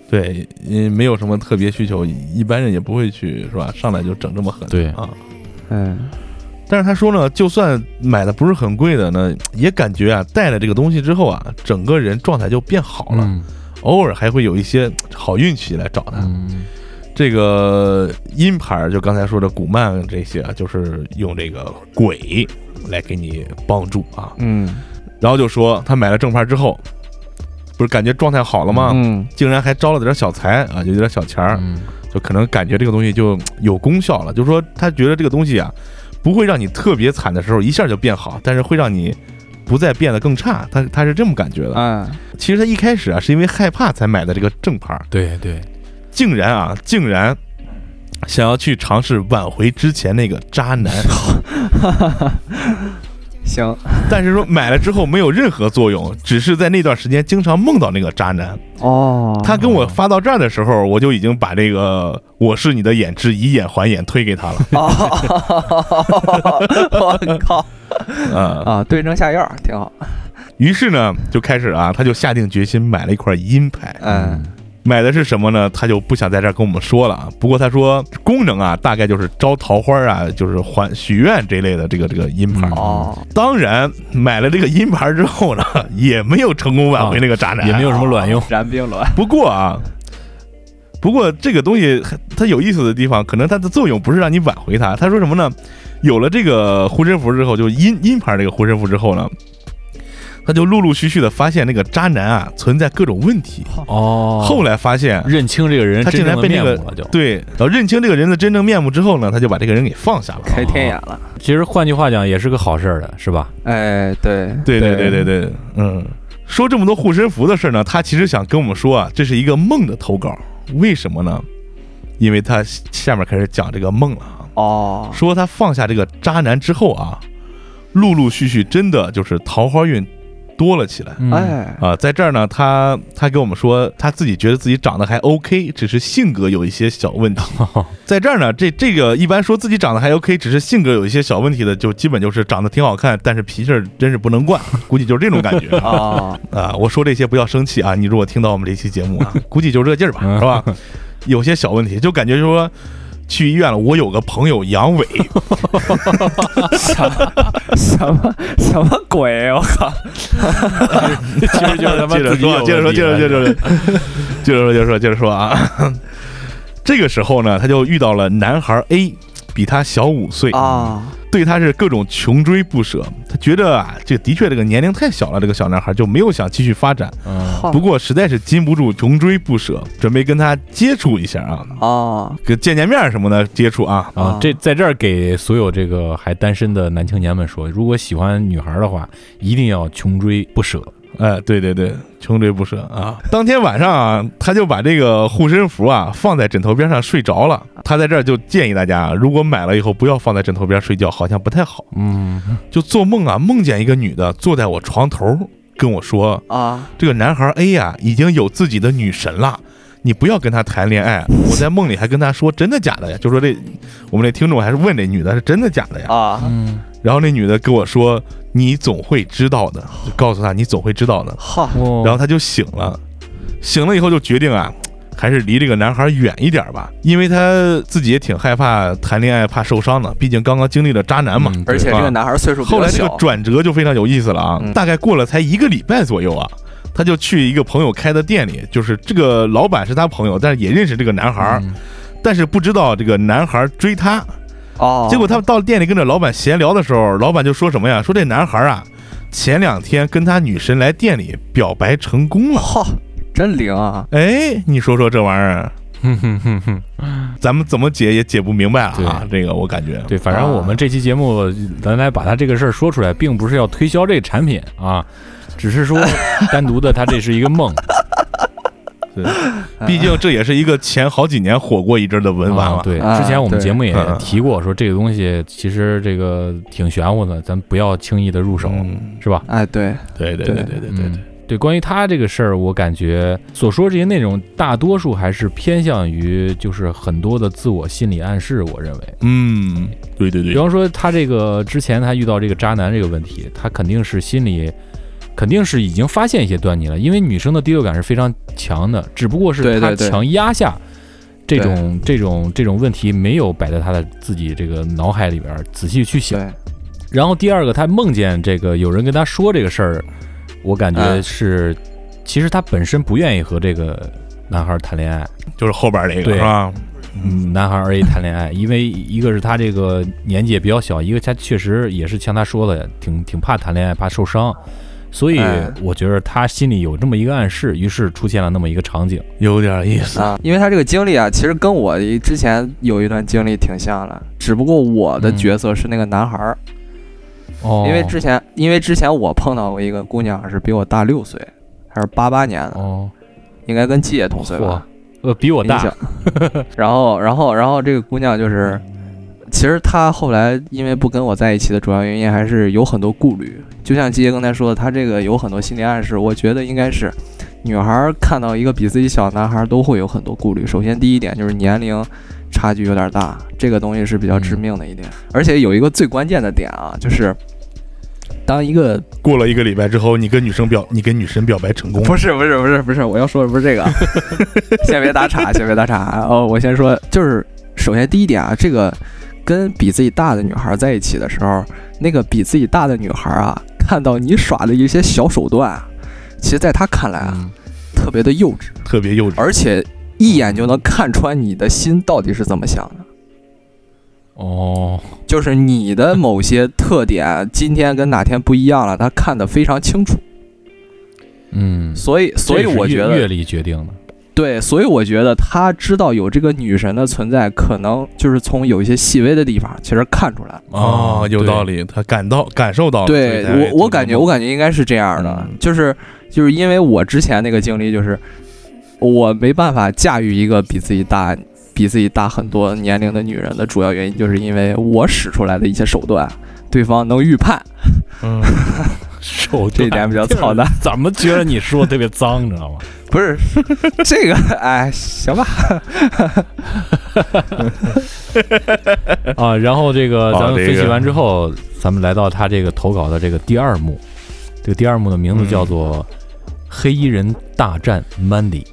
F: 对，嗯，没有什么特别需求，一般人也不会去是吧？上来就整这么狠，
G: 对
F: 啊。
H: 嗯，
F: 但是他说呢，就算买的不是很贵的呢，也感觉啊，带了这个东西之后啊，整个人状态就变好了，
G: 嗯
F: 偶尔还会有一些好运气来找他。
G: 嗯
F: 这个阴牌儿就刚才说的古曼这些啊，就是用这个鬼来给你帮助啊。
H: 嗯，
F: 然后就说他买了正牌之后，不是感觉状态好了吗？
H: 嗯，
F: 竟然还招了点小财啊，有点小钱儿，
G: 嗯
F: 就可能感觉这个东西就有功效了。就是说他觉得这个东西啊，不会让你特别惨的时候一下就变好，但是会让你不再变得更差。他他是这么感觉的。
H: 啊，
F: 其实他一开始啊是因为害怕才买的这个正牌儿，
G: 对对，
F: 竟然啊竟然想要去尝试挽回之前那个渣男。
H: 行，
F: 但是说买了之后没有任何作用，只是在那段时间经常梦到那个渣男。
H: 哦，。
F: 他跟我发到这儿的时候，我就已经把这个“我是你的眼痣”以眼还眼推给他了
H: 哦， 我靠
F: 嗯，
H: 啊，对症下药挺好，
F: 于是呢，就开始啊，他就下定决心买了一块阴牌。
H: 嗯，
F: 买的是什么呢？他就不想在这儿跟我们说了啊。不过他说功能啊，大概就是招桃花啊，就是还许愿这类的这个这个阴牌。
G: 嗯
H: 哦，
F: 当然，买了这个阴牌之后呢，也没有成功挽回那个渣男，
G: 啊也没有什么卵用。
F: 啊
H: 燃冰卵，
F: 不过啊，不过这个东西它有意思的地方，可能它的作用不是让你挽回它。他说什么呢？有了这个护身符之后，就阴阴牌这个护身符之后呢，他就陆陆续续的发现那个渣男啊存在各种问题。
G: 哦，
F: 后来发现，
G: 认清这个人
F: 他
G: 真
F: 竟然
G: 正的
F: 被
G: 面
F: 那个
G: 目了，就。
F: 对，然后认清这个人的真正面目之后呢，他就把这个人给放下了。
H: 开天眼了，
G: 其实换句话讲，也是个好事儿的，是吧？
H: 哎，对，
F: 哦对对对对对，嗯。说这么多护身符的事儿呢，他其实想跟我们说啊，这是一个梦的投稿，为什么呢？因为他下面开始讲这个梦了啊，
H: 哦，
F: 说他放下这个渣男之后啊，陆陆续续真的就是桃花运多了起来。
G: 嗯，
H: 哎，
F: 啊、在这儿呢，他他跟我们说，他自己觉得自己长得还 OK，只是性格有一些小问题。在这儿呢，这这个一般说自己长得还 OK，只是性格有一些小问题的，就基本就是长得挺好看，但是脾气儿真是不能惯， 估计就是这种感 觉啊、
H: 哦，
F: 我说这些不要生气啊，你如果听到我们这期节目啊，估计就这劲儿吧，是吧？有些小问题，就感觉说去医院了。我有个朋友阳痿，
H: 什么什么鬼？哦我靠，
G: 其实 就是他妈
F: 接着
G: 自己有
F: 说，接着说，
G: 问题
F: 接着
G: 了
F: 接着说，接着说， 接着说，接着说啊！这个时候呢，他就遇到了男孩 A，比他小五岁，
H: 啊，
F: 对他是各种穷追不舍。他觉得啊，这的确这个年龄太小了，这个小男孩就没有想继续发展。
G: 嗯，
H: 好
F: 不过实在是禁不住穷追不舍，准备跟他接触一下啊，
H: 哦，
F: 跟见见面什么的接触啊。
G: 啊，这在这儿给所有这个还单身的男青年们说，如果喜欢女孩的话，一定要穷追不舍。
F: 哎，对对对，穷追不舍啊！当天晚上啊，他就把这个护身符啊放在枕头边上睡着了。他在这儿就建议大家，如果买了以后不要放在枕头边睡觉，好像不太好。
G: 嗯，
F: 就做梦啊，梦见一个女的坐在我床头，跟我说，
H: 啊，
F: 这个男孩 A 呀、已经有自己的女神了。你不要跟他谈恋爱，我在梦里还跟他说真的假的呀？就说这，我们这听众还是问这女的是真的假的呀？
H: 啊，
G: 嗯，
F: 然后那女的跟我说，你总会知道的，就告诉他你总会知道的。
H: 好，
G: 哦
F: 然后他就醒了，醒了以后就决定啊，还是离这个男孩远一点吧，因为他自己也挺害怕谈恋爱，怕受伤的，毕竟刚刚经历了渣男嘛。
G: 嗯对
H: 而且这个男孩岁数比
F: 后
H: 较
F: 来这个
H: 小，
F: 转折就非常有意思了啊，
H: 嗯
F: 大概过了才一个礼拜左右啊。他就去一个朋友开的店里，就是这个老板是他朋友，但是也认识这个男孩儿，
G: 嗯
F: 但是不知道这个男孩儿追他，
H: 哦，
F: 结果他们到店里跟着老板闲聊的时候，老板就说什么呀？说这男孩啊，前两天跟他女神来店里表白成功了。
H: 好，真灵啊，
F: 哎，你说说这玩意儿，
G: 哼哼哼哼，
F: 咱们怎么解也解不明白了啊！这个我感觉，
G: 对，反正我们这期节目，咱来把他这个事儿说出来，并不是要推销这个产品啊，只是 说单独的，他这是一个梦，
F: 毕竟这也是一个前好几年火过一阵的文玩
G: 啊
F: 嘛。
G: 对，
H: 啊
G: 之前我们
H: 对
G: 节目也
F: 嗯
G: 提过，说这个东西其实这个挺玄乎的，咱不要轻易的入手，
F: 嗯，
G: 是吧？
H: 哎，对，
F: 对对对对对对
G: 嗯对，关于他这个事儿，我感觉所说这些内容，大多数还是偏向于就是很多的自我心理暗示。我认为，
F: 嗯，对对
G: 比
F: 对，
G: 方说他这个之前他遇到这个渣男这个问题，他肯定是心里肯定是已经发现一些端倪了，因为女生的第六感是非常强的，只不过是
H: 对
G: 他
H: 对对
G: 强压下这种这种这种问题没有摆在他的自己这个脑海里边儿仔细去想。
H: 对，
G: 然后第二个，他梦见这个有人跟他说这个事儿，我感觉
H: 嗯
G: 是，其实他本身不愿意和这个男孩谈恋爱，
F: 就是后边这个
G: 对
F: 是吧？
G: 嗯，男孩 A 谈恋 爱，因为一个是他这个年纪也比较小，一个他确实也是像他说的，挺挺怕谈恋爱，怕受伤，所以
H: 哎
G: 我觉得他心里有这么一个暗示，于是出现了那么一个场景，
F: 有点意思。
H: 啊，因为他这个经历啊，其实跟我之前有一段经历挺像的，只不过我的
G: 嗯
H: 角色是那个男孩儿，
G: 哦
H: 因为之前因为之前我碰到过一个姑娘是比我大六岁，还是八八年的，
G: 哦，
H: 应该跟季姐同岁吧
G: 嚯，呃，比我
H: 我
G: 大，
H: 然后然后然后这个姑娘就是其实他后来因为不跟我在一起的主要原因还是有很多顾虑，就像季杰刚才说的，他这个有很多心理暗示，我觉得应该是女孩儿看到一个比自己小的男孩儿都会有很多顾虑。首先第一点就是年龄差距有点大，这个东西是比较
G: 嗯
H: 致命的一点，而且有一个最关键的点啊，就是当一个
F: 过了一个礼拜之后，你跟女生表，你跟女神表白成功了，
H: 不是不是不是不是，我要说的不是这个，啊 先别打岔，先别打岔啊哦！我先说，就是首先第一点啊，这个跟比自己大的女孩在一起的时候，那个比自己大的女孩啊，看到你耍的一些小手段啊，其实在她看来啊，
G: 嗯
H: 特别的幼稚，
F: 特别幼稚。
H: 而且一眼就能看穿你的心到底是怎么想的。
G: 哦，
H: 就是你的某些特点，今天跟哪天不一样了，她看得非常清楚。
G: 嗯，
H: 所以，所以
G: 这是
H: 我
G: 阅
H: 觉得
G: 阅历决定的，
H: 对，所以我觉得他知道有这个女神的存在，可能就是从有一些细微的地方其实看出来。
F: 哦，有道
G: 理，
F: 理，他感到感受到了。
H: 哦对
F: 所以才
H: 我，我感觉，我感觉应该是这样的，
F: 嗯
H: 就是就是因为我之前那个经历，就是我没办法驾驭一个比自己大、比自己大很多年龄的女人的主要原因，就是因为我使出来的一些手段，对方能预判，
F: 嗯，
G: 手
H: 这一点比较 操蛋。
G: 怎么觉得你说得特别脏，你知道吗？
H: 不是这个，哎，行吧，
G: 啊，然后这个
F: 啊
G: 咱们
F: 这
G: 分析
F: 个
G: 完之后，咱们来到他这个投稿的这个第二幕，这个第二幕的名字叫做《黑衣人大战 Mandy》。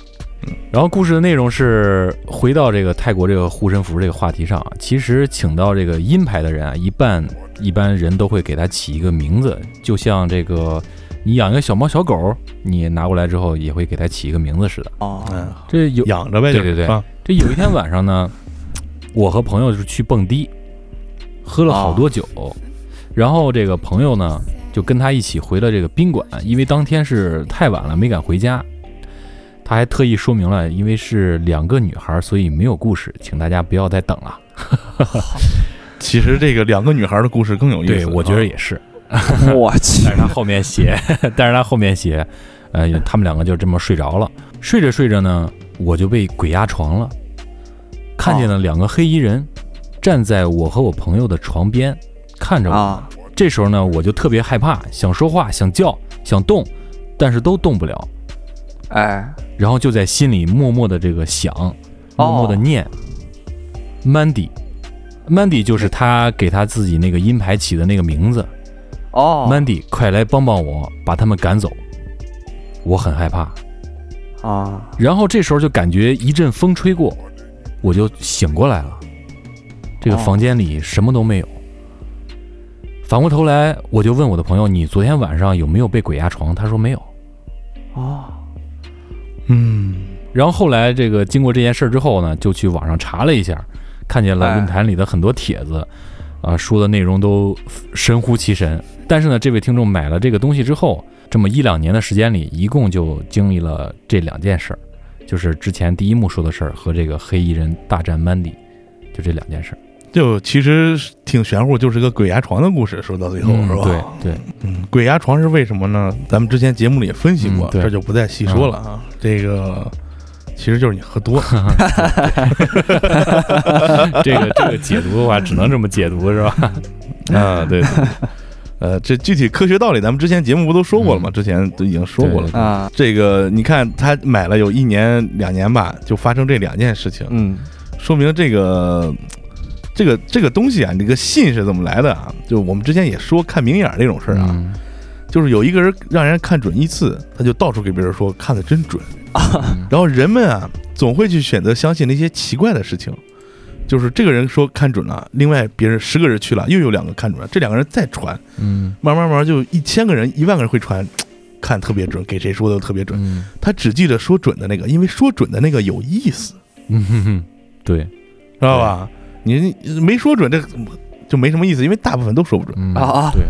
G: 然后故事的内容是回到这个泰国这个护身符这个话题上啊，其实请到这个阴牌的人啊，一半一般人都会给他起一个名字，就像这个你养一个小猫小狗，你拿过来之后也会给它起一个名字似的。
H: 哦，
F: 嗯
G: 这有
F: 养着呗，
G: 对对对
F: 啊
G: 这有一天晚上呢，我和朋友就是去蹦迪，喝了好多酒，然后这个朋友呢就跟他一起回了这个宾馆，因为当天是太晚了，没敢回家。他还特意说明了，因为是两个女孩，所以没有故事，请大家不要再等了。
F: 其实这个两个女孩的故事更有意思。
G: 对，我觉得
F: 啊
G: 也是，
H: 我去
G: 但，是他后面写，但是他后面写，呃，他们两个就这么睡着了。睡着睡着呢，我就被鬼压床了，看见了两个黑衣人站在我和我朋友的床边，看着我。
H: 啊，
G: 这时候呢，我就特别害怕，想说话，想叫，想动，但是都动不了。
H: 哎，
G: 然后就在心里默默的这个想，默默的念、m a n d y Mandy 就是他给他自己那个阴牌起的那个名字。
H: 哦，
G: Mandy，快来帮帮我，把他们赶走。我很害怕。
H: 啊，
G: 然后这时候就感觉一阵风吹过，我就醒过来了。这个
H: 哦
G: 房间里什么都没有。反过头来，我就问我的朋友：“你昨天晚上有没有被鬼压床？”他说没有。
H: 哦。
F: 嗯，
G: 然后后来这个经过这件事儿之后呢，就去网上查了一下，看见了
H: 哎
G: 论坛里的很多帖子，啊，说的内容都神乎其神。但是呢，这位听众买了这个东西之后，这么一两年的时间里，一共就经历了这两件事儿，就是之前第一幕说的事儿和这个黑衣人大战 Mandy，就这两件事儿。
F: 就其实挺玄乎，就是个鬼压床的故事。说到最后
G: 嗯
F: 是吧？
G: 对对，
F: 嗯，鬼压床是为什么呢？咱们之前节目里也分析过，
G: 嗯对嗯
F: 这就不再细说了啊。这个其实就是你喝
G: 啊
F: 多了，
G: 这个这个解读的话，只能这么解读是吧？
F: 啊，对。对对呃，这具体科学道理，咱们之前节目不都说过了吗？之前都已经说过了
G: 嗯对。
H: 啊，
F: 这个你看，他买了有一年两年吧，就发生这两件事情，
H: 嗯，
F: 说明这个这个这个东西啊，这个信是怎么来的啊？就我们之前也说看明眼儿这种事儿啊，
G: 嗯
F: 就是有一个人让人看准一次，他就到处给别人说看的真准
G: 嗯
F: 然后人们啊，总会去选择相信那些奇怪的事情，就是这个人说看准了，另外别人十个人去了，又有两个看准了，这两个人再传，
G: 嗯
F: 慢慢慢慢就一千个人、一万个人会传，看特别准，给谁说的都特别准。
G: 嗯
F: 他只记得说准的那个，因为说准的那个有意思，
G: 嗯哼哼，对，
F: 知道吧？你你没说准这个就没什么意思，因为大部分都说不准，
G: 嗯
H: 啊啊
G: 对，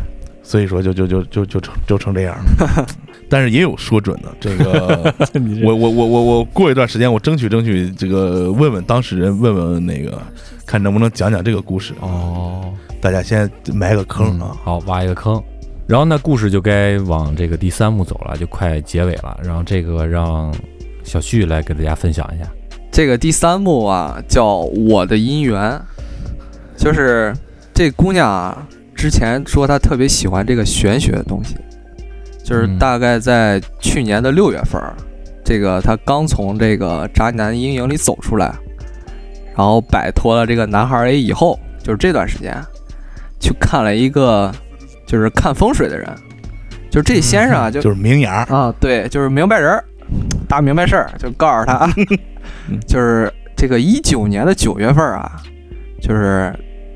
F: 所以说就就就就就成就成这样了。但是也有说准的，这个
G: 你这
F: 我我我我我过一段时间我争取争取这个问问当事人，问问那个看能不能讲讲这个故事。啊
G: 哦。
F: 大家先埋个坑
G: 嗯
F: 啊，
G: 好，挖一个坑。然后呢，故事就该往这个第三幕走了，就快结尾了。然后这个让小旭来给大家分享一下。
H: 这个第三幕啊，叫《我的姻缘》，就是这姑娘啊，之前说她特别喜欢这个玄学的东西，就是
G: 嗯
H: 大概在去年的六月份儿，这个她刚从这个渣男阴影里走出来，然后摆脱了这个男孩儿 A 以后，就是这段时间去看了一个就是看风水的人，就是这先生啊，就
F: 就是明眼儿，
H: 啊，对，就是明白人儿，大明白事儿，就告诉 他啊
F: 嗯，
H: 就是这个一九年的九月份儿啊，就是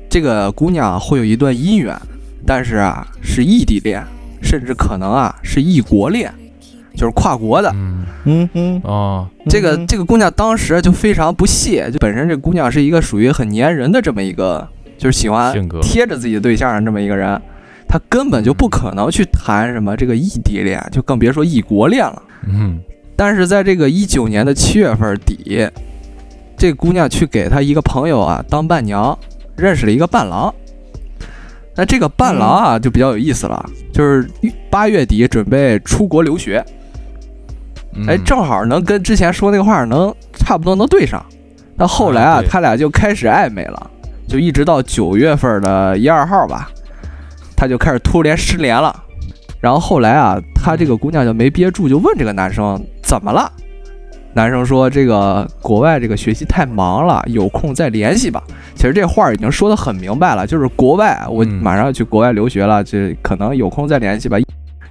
H: 这个姑娘会有一段姻缘，但是啊是异地恋，甚至可能啊是异国恋，就是跨国的。
G: 嗯
F: 嗯嗯，
G: 哦，
H: 这个这个姑娘当时就非常不屑，就本身这姑娘是一个属于很粘人的这么一个，就是喜欢
G: 性格
H: 贴着自己的对象的这么一个人，她根本就不可能去谈什么这个异地恋，就更别说异国恋了。
G: 嗯
H: 但是在这个一九年的七月份底，这姑娘去给她一个朋友啊当伴娘，认识了一个伴郎。那这个伴郎啊就比较有意思了，就是八月底准备出国留学，
G: 嗯
H: 哎，正好能跟之前说那个话能差不多能对上。那后来
G: 啊
H: 啊
G: 对，
H: 他俩就开始暧昧了，就一直到九月份的一二号吧，他就开始突然失联了。然后后来啊，他这个姑娘就没憋住，就问这个男生怎么了。男生说：“这个国外这个学习太忙了，有空再联系吧。”其实这话儿已经说得很明白了，就是国外，我
G: 嗯
H: 马上要去国外留学了，这可能有空再联系吧，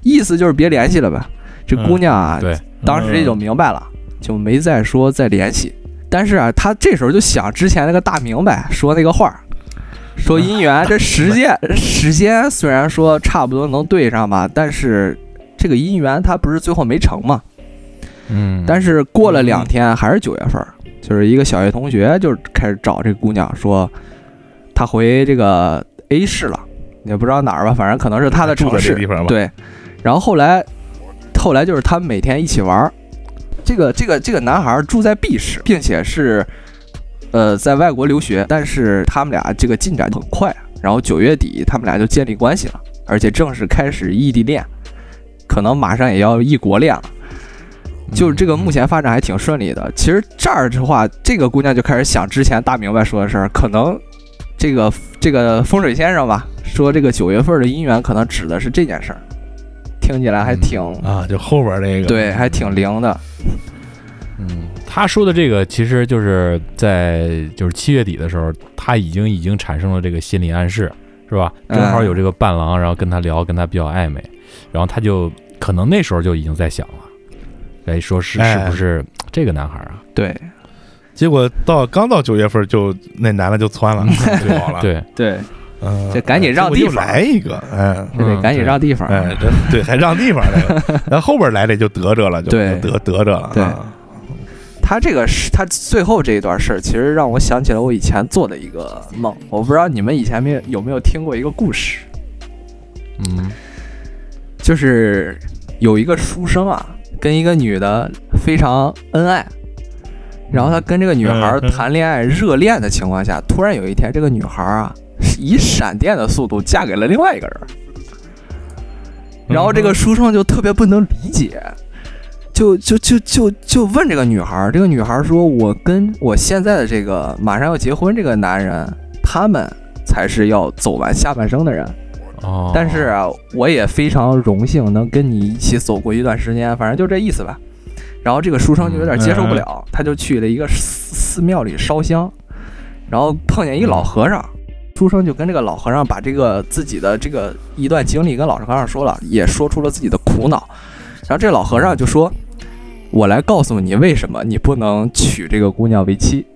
H: 意思就是别联系了呗。这姑娘啊，
G: 嗯对，
H: 当时这就明白了，就没再说再联系。但是啊，他这时候就想之前那个大明白说那个话儿，说姻缘这时间时间虽然说差不多能对上吧，但是这个姻缘它不是最后没成嘛。
G: 嗯，
H: 但
G: 是
H: 是过了两天还是九月份儿，就是一个小学同学就开始找这姑娘说，他回这个 A 市了，也不知道哪儿吧，反正可能是他的
F: 住
H: 城
F: 在
H: 市
F: 这。地方吧，
H: 对，然后后来，后来就是他们每天一起玩儿。这个这个这个男孩儿住在 B 市，并且是，呃，在外国留学，但是他们俩这个进展很快，然后九月底他们俩就建立关系了，而且正式开始异地恋，可能马上也要异国恋了。
G: 嗯
H: 就是这个目前发展还挺顺利的。其实这儿的话，这个姑娘就开始想之前大明白说的事儿，可能这个这个风水先生吧，说这个九月份的姻缘可能指的是这件事儿，听起来还挺、
F: 啊，就后边这个，
H: 对，还挺灵的。
G: 嗯，他说的这个其实就是在就是七月底的时候，他已经已经产生了这个心理暗示，是吧？
H: 嗯
G: 正好有这个伴郎，然后跟他聊，跟他比较暧昧，然后他就可能那时候就已经在想了，哎，说是
F: 哎
G: 是不是这个男孩啊？
H: 对
F: 结果到刚到九月份就那男的就窜了， 就
H: 啊
F: 跑了，，
G: 对，
H: 对，
F: 嗯，
H: 这赶紧让
F: 结果
H: 地
F: 又
H: 方
F: 来一个，哎。
H: 就得
G: 嗯
H: 赶紧让地方。
F: 哎，真对，还让地方来了，然后后边来这就得着了，就
H: 对
F: 就得得着了，
H: 对
F: 啊
H: 他这个是他最后这一段事儿，其实让我想起了我以前做的一个梦。我不知道你们以前没有有没有听过一个故事，
G: 嗯
H: 就是有一个书生啊，跟一个女的非常恩爱，然后他跟这个女孩儿
F: 嗯嗯
H: 谈恋爱、热恋的情况下，突然有一天，这个女孩儿啊，以闪电的速度嫁给了另外一个人儿，
F: 嗯
H: 然后这个书生就特别不能理解。就就就就就问这个女孩儿，这个女孩儿说：“我跟我现在的这个马上要结婚这个男人，他们才是要走完下半生的人。”
G: 哦，
H: 但是啊，我也非常荣幸能跟你一起走过一段时间，反正就这意思吧。然后这个书生就有点接受不了，他就去了一个寺寺庙里烧香，然后碰见一老和尚，书生就跟这个老和尚把这个自己的这个一段经历跟老和尚说了，也说出了自己的苦恼。然后这老和尚就说：“我来告诉你为什么你不能娶这个姑娘为妻。”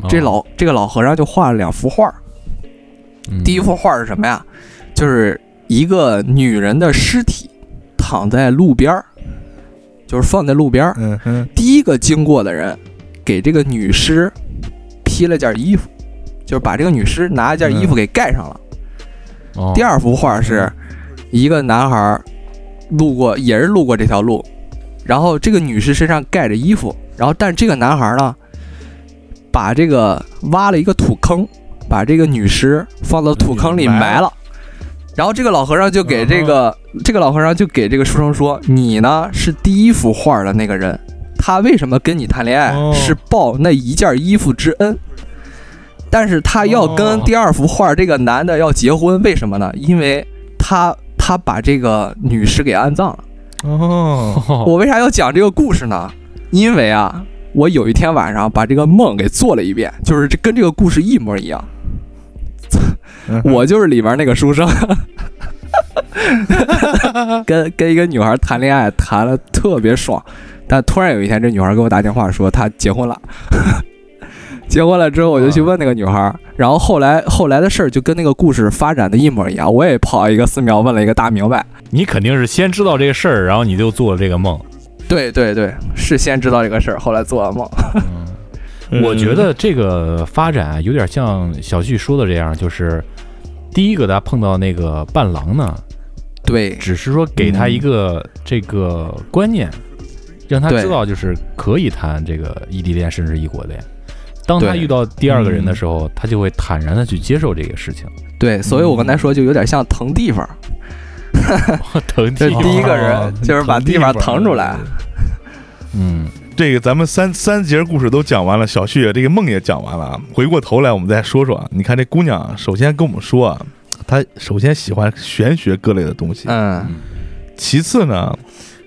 G: 哦
H: 这老这个老和尚就画了两幅画，
G: 嗯
H: 第一幅画是什么呀？就是一个女人的尸体躺在路边儿，就是放在路边儿。
F: 嗯哼，
H: 第一个经过的人给这个女尸披了件衣服，就是把这个女尸拿一件衣服给盖上了。
G: 哦
H: 第二幅画是一个男孩儿路过，也是路过这条路，然后这个女尸身上盖着衣服，然后但这个男孩儿呢，把这个挖了一个土坑，把这个女尸放到土坑里埋了。然后这个老和尚就给这个、这个老和尚就给这个书生说：“你呢是第一幅画的那个人，他为什么跟你谈恋爱、
F: 哦
H: 是报那一件衣服之恩。”但是他要跟第二幅画这个男的要结婚，为什么呢？因为他他把这个女尸给安葬了。
F: 哦，
G: 哦
H: 我为啥要讲这个故事呢？因为啊，我有一天晚上把这个梦给做了一遍，就是这跟这个故事一模一样。我就是里面那个书生，跟跟一个女孩谈恋爱，谈的特别爽，但突然有一天，这女孩给我打电话说她结婚了。结婚了之后，我就去问那个女孩，然后后来后来的事儿就跟那个故事发展的一模一样。我也跑一个寺庙问了一个大明白，
G: 你肯定是先知道这个事儿，然后你就做了这个梦。
H: 对对对，是先知道这个事儿，后来做了梦。
F: 嗯
G: 我觉得这个发展啊有点像小旭说的这样，就是第一个他碰到那个伴郎呢，
H: 对
G: 只是说给他一个
H: 嗯
G: 这个观念，让他
H: 对
G: 知道就是可以谈这个异地恋甚至异国恋。当他
H: 对
G: 遇到第二个人的时候，他就会坦然的去接受这个事情。
H: 对，所以我刚才说就有点像腾地方，
G: 腾
H: 这
G: 地
H: 第一个人就是把地方腾出来。
G: 嗯，
F: 这个咱们三三节故事都讲完了，小旭这个梦也讲完了啊。回过头来，我们再说说啊，你看这姑娘啊，首先跟我们说啊，她首先喜欢玄学各类的东西，
H: 嗯，
F: 其次呢，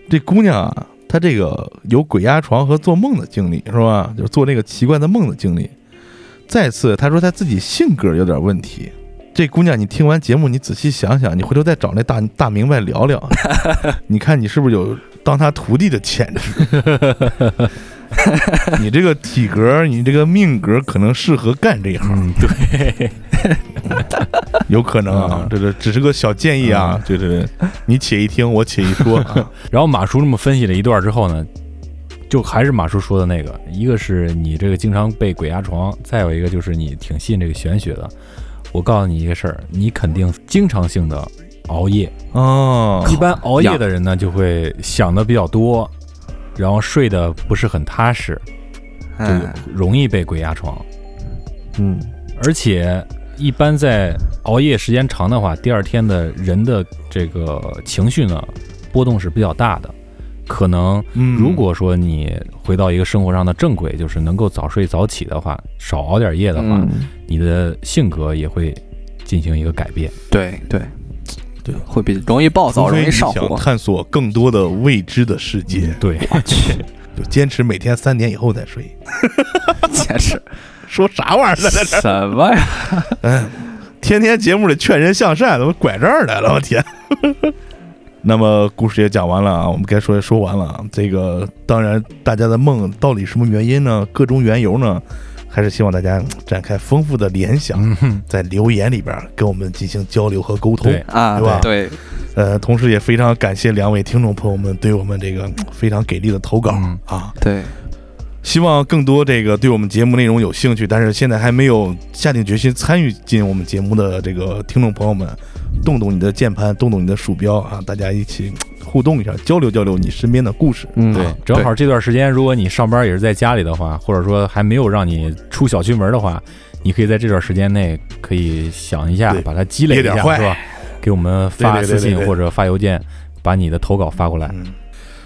F: 这姑娘啊，她这个有鬼压床和做梦的经历是吧？就是做那个奇怪的梦的经历。再次，她说她自己性格有点问题。这姑娘，你听完节目，你仔细想想，你回头再找那大大明白聊 聊，你看你是不是有当他徒弟的潜质？ 你这个体格，你这个命格，可能适合干这一行，
G: 嗯，对，
F: 有可能啊
G: 嗯。
F: 这个只是个小建议啊，这这你且一听，我且一说啊。
G: 然后马叔这么分析了一段之后呢，就还是马叔说的那个，一个是你这个经常被鬼压床，再有一个就是你挺信这个玄学的。我告诉你一个事儿，你肯定经常性的熬夜，
F: 哦，
G: 一般熬夜
H: 呀
G: 的人呢就会想的比较多，然后睡得不是很踏实，就
H: 嗯
G: 容易被鬼压床。
H: 嗯，
G: 而且一般在熬夜时间长的话，第二天的人的这个情绪呢波动是比较大的，可能
F: 嗯
G: 如果说你回到一个生活上的正轨，就是能够早睡早起的话，少熬点夜的话，
H: 嗯
G: 你的性格也会进行一个改变。
H: 对对
F: 对，
H: 会比容易暴躁，
F: 除
H: 容
F: 非
H: 易
F: 你
H: 上
F: 想
H: 火。
F: 探索更多的未知的世界，
G: 对，
F: 就坚持每天三点以后再睡。
H: 简直
F: 说啥玩意儿呢？
H: 什么呀？
F: 天天节目里劝人向善，怎么拐这儿来了？我天！ 那么故事也讲完了啊，我们该说也说完了啊。这个当然，大家的梦到底什么原因呢？各种缘由呢？还是希望大家嗯展开丰富的联想，
G: 嗯哼，
F: 在留言里边儿跟我们进行交流和沟通。
G: 对，
H: 啊
F: 对吧，
H: 对，
F: 呃，同时也非常感谢两位听众朋友们对我们这个嗯非常给力的投稿、
G: 嗯
F: 啊。
H: 对，
F: 希望更多这个对我们节目内容有兴趣，但是现在还没有下定决心参与进我们节目的这个听众朋友们，动动你的键盘，动动你的鼠标啊，大家一起嘖互动一下，交流交流你身边的故事。
H: 嗯
G: 对，正好这段时间，如果你上班也是在家里的话，或者说还没有让你出小区门的话，你可以在这段时间内可以想一下
F: 对，
G: 把它积累一
F: 憋
G: 下，
F: 点坏
G: 是吧？给我们发
F: 对对 对
G: 私信
F: 对对
G: 或者发邮件，把你的投稿发过来。
F: 嗯，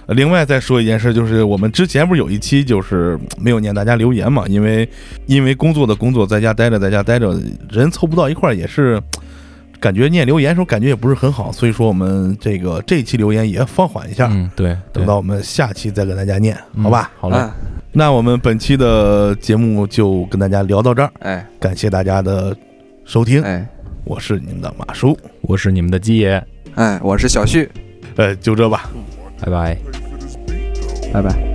F: 另外再说一件事，就是我们之前不是有一期就是嗯没有念大家留言嘛，因为因为工作的工作，在家待着在家待着，人凑不到一块儿也是。嗯感觉念留言的时候感觉也不是很好，所以说我们这个这一期留言也放缓一下，
G: 嗯，对，对
F: 等到我们下期再跟大家念，
G: 嗯
F: 好吧？
G: 好嘞，
H: 嗯
F: 那我们本期的节目就跟大家聊到这儿，
H: 哎
F: 感谢大家的收听，
H: 哎
F: 我是你们的马叔，
G: 我是你们的鸡爷，
H: 哎，我是小旭，
F: 呃，就这吧。
G: 拜拜。
H: 拜拜。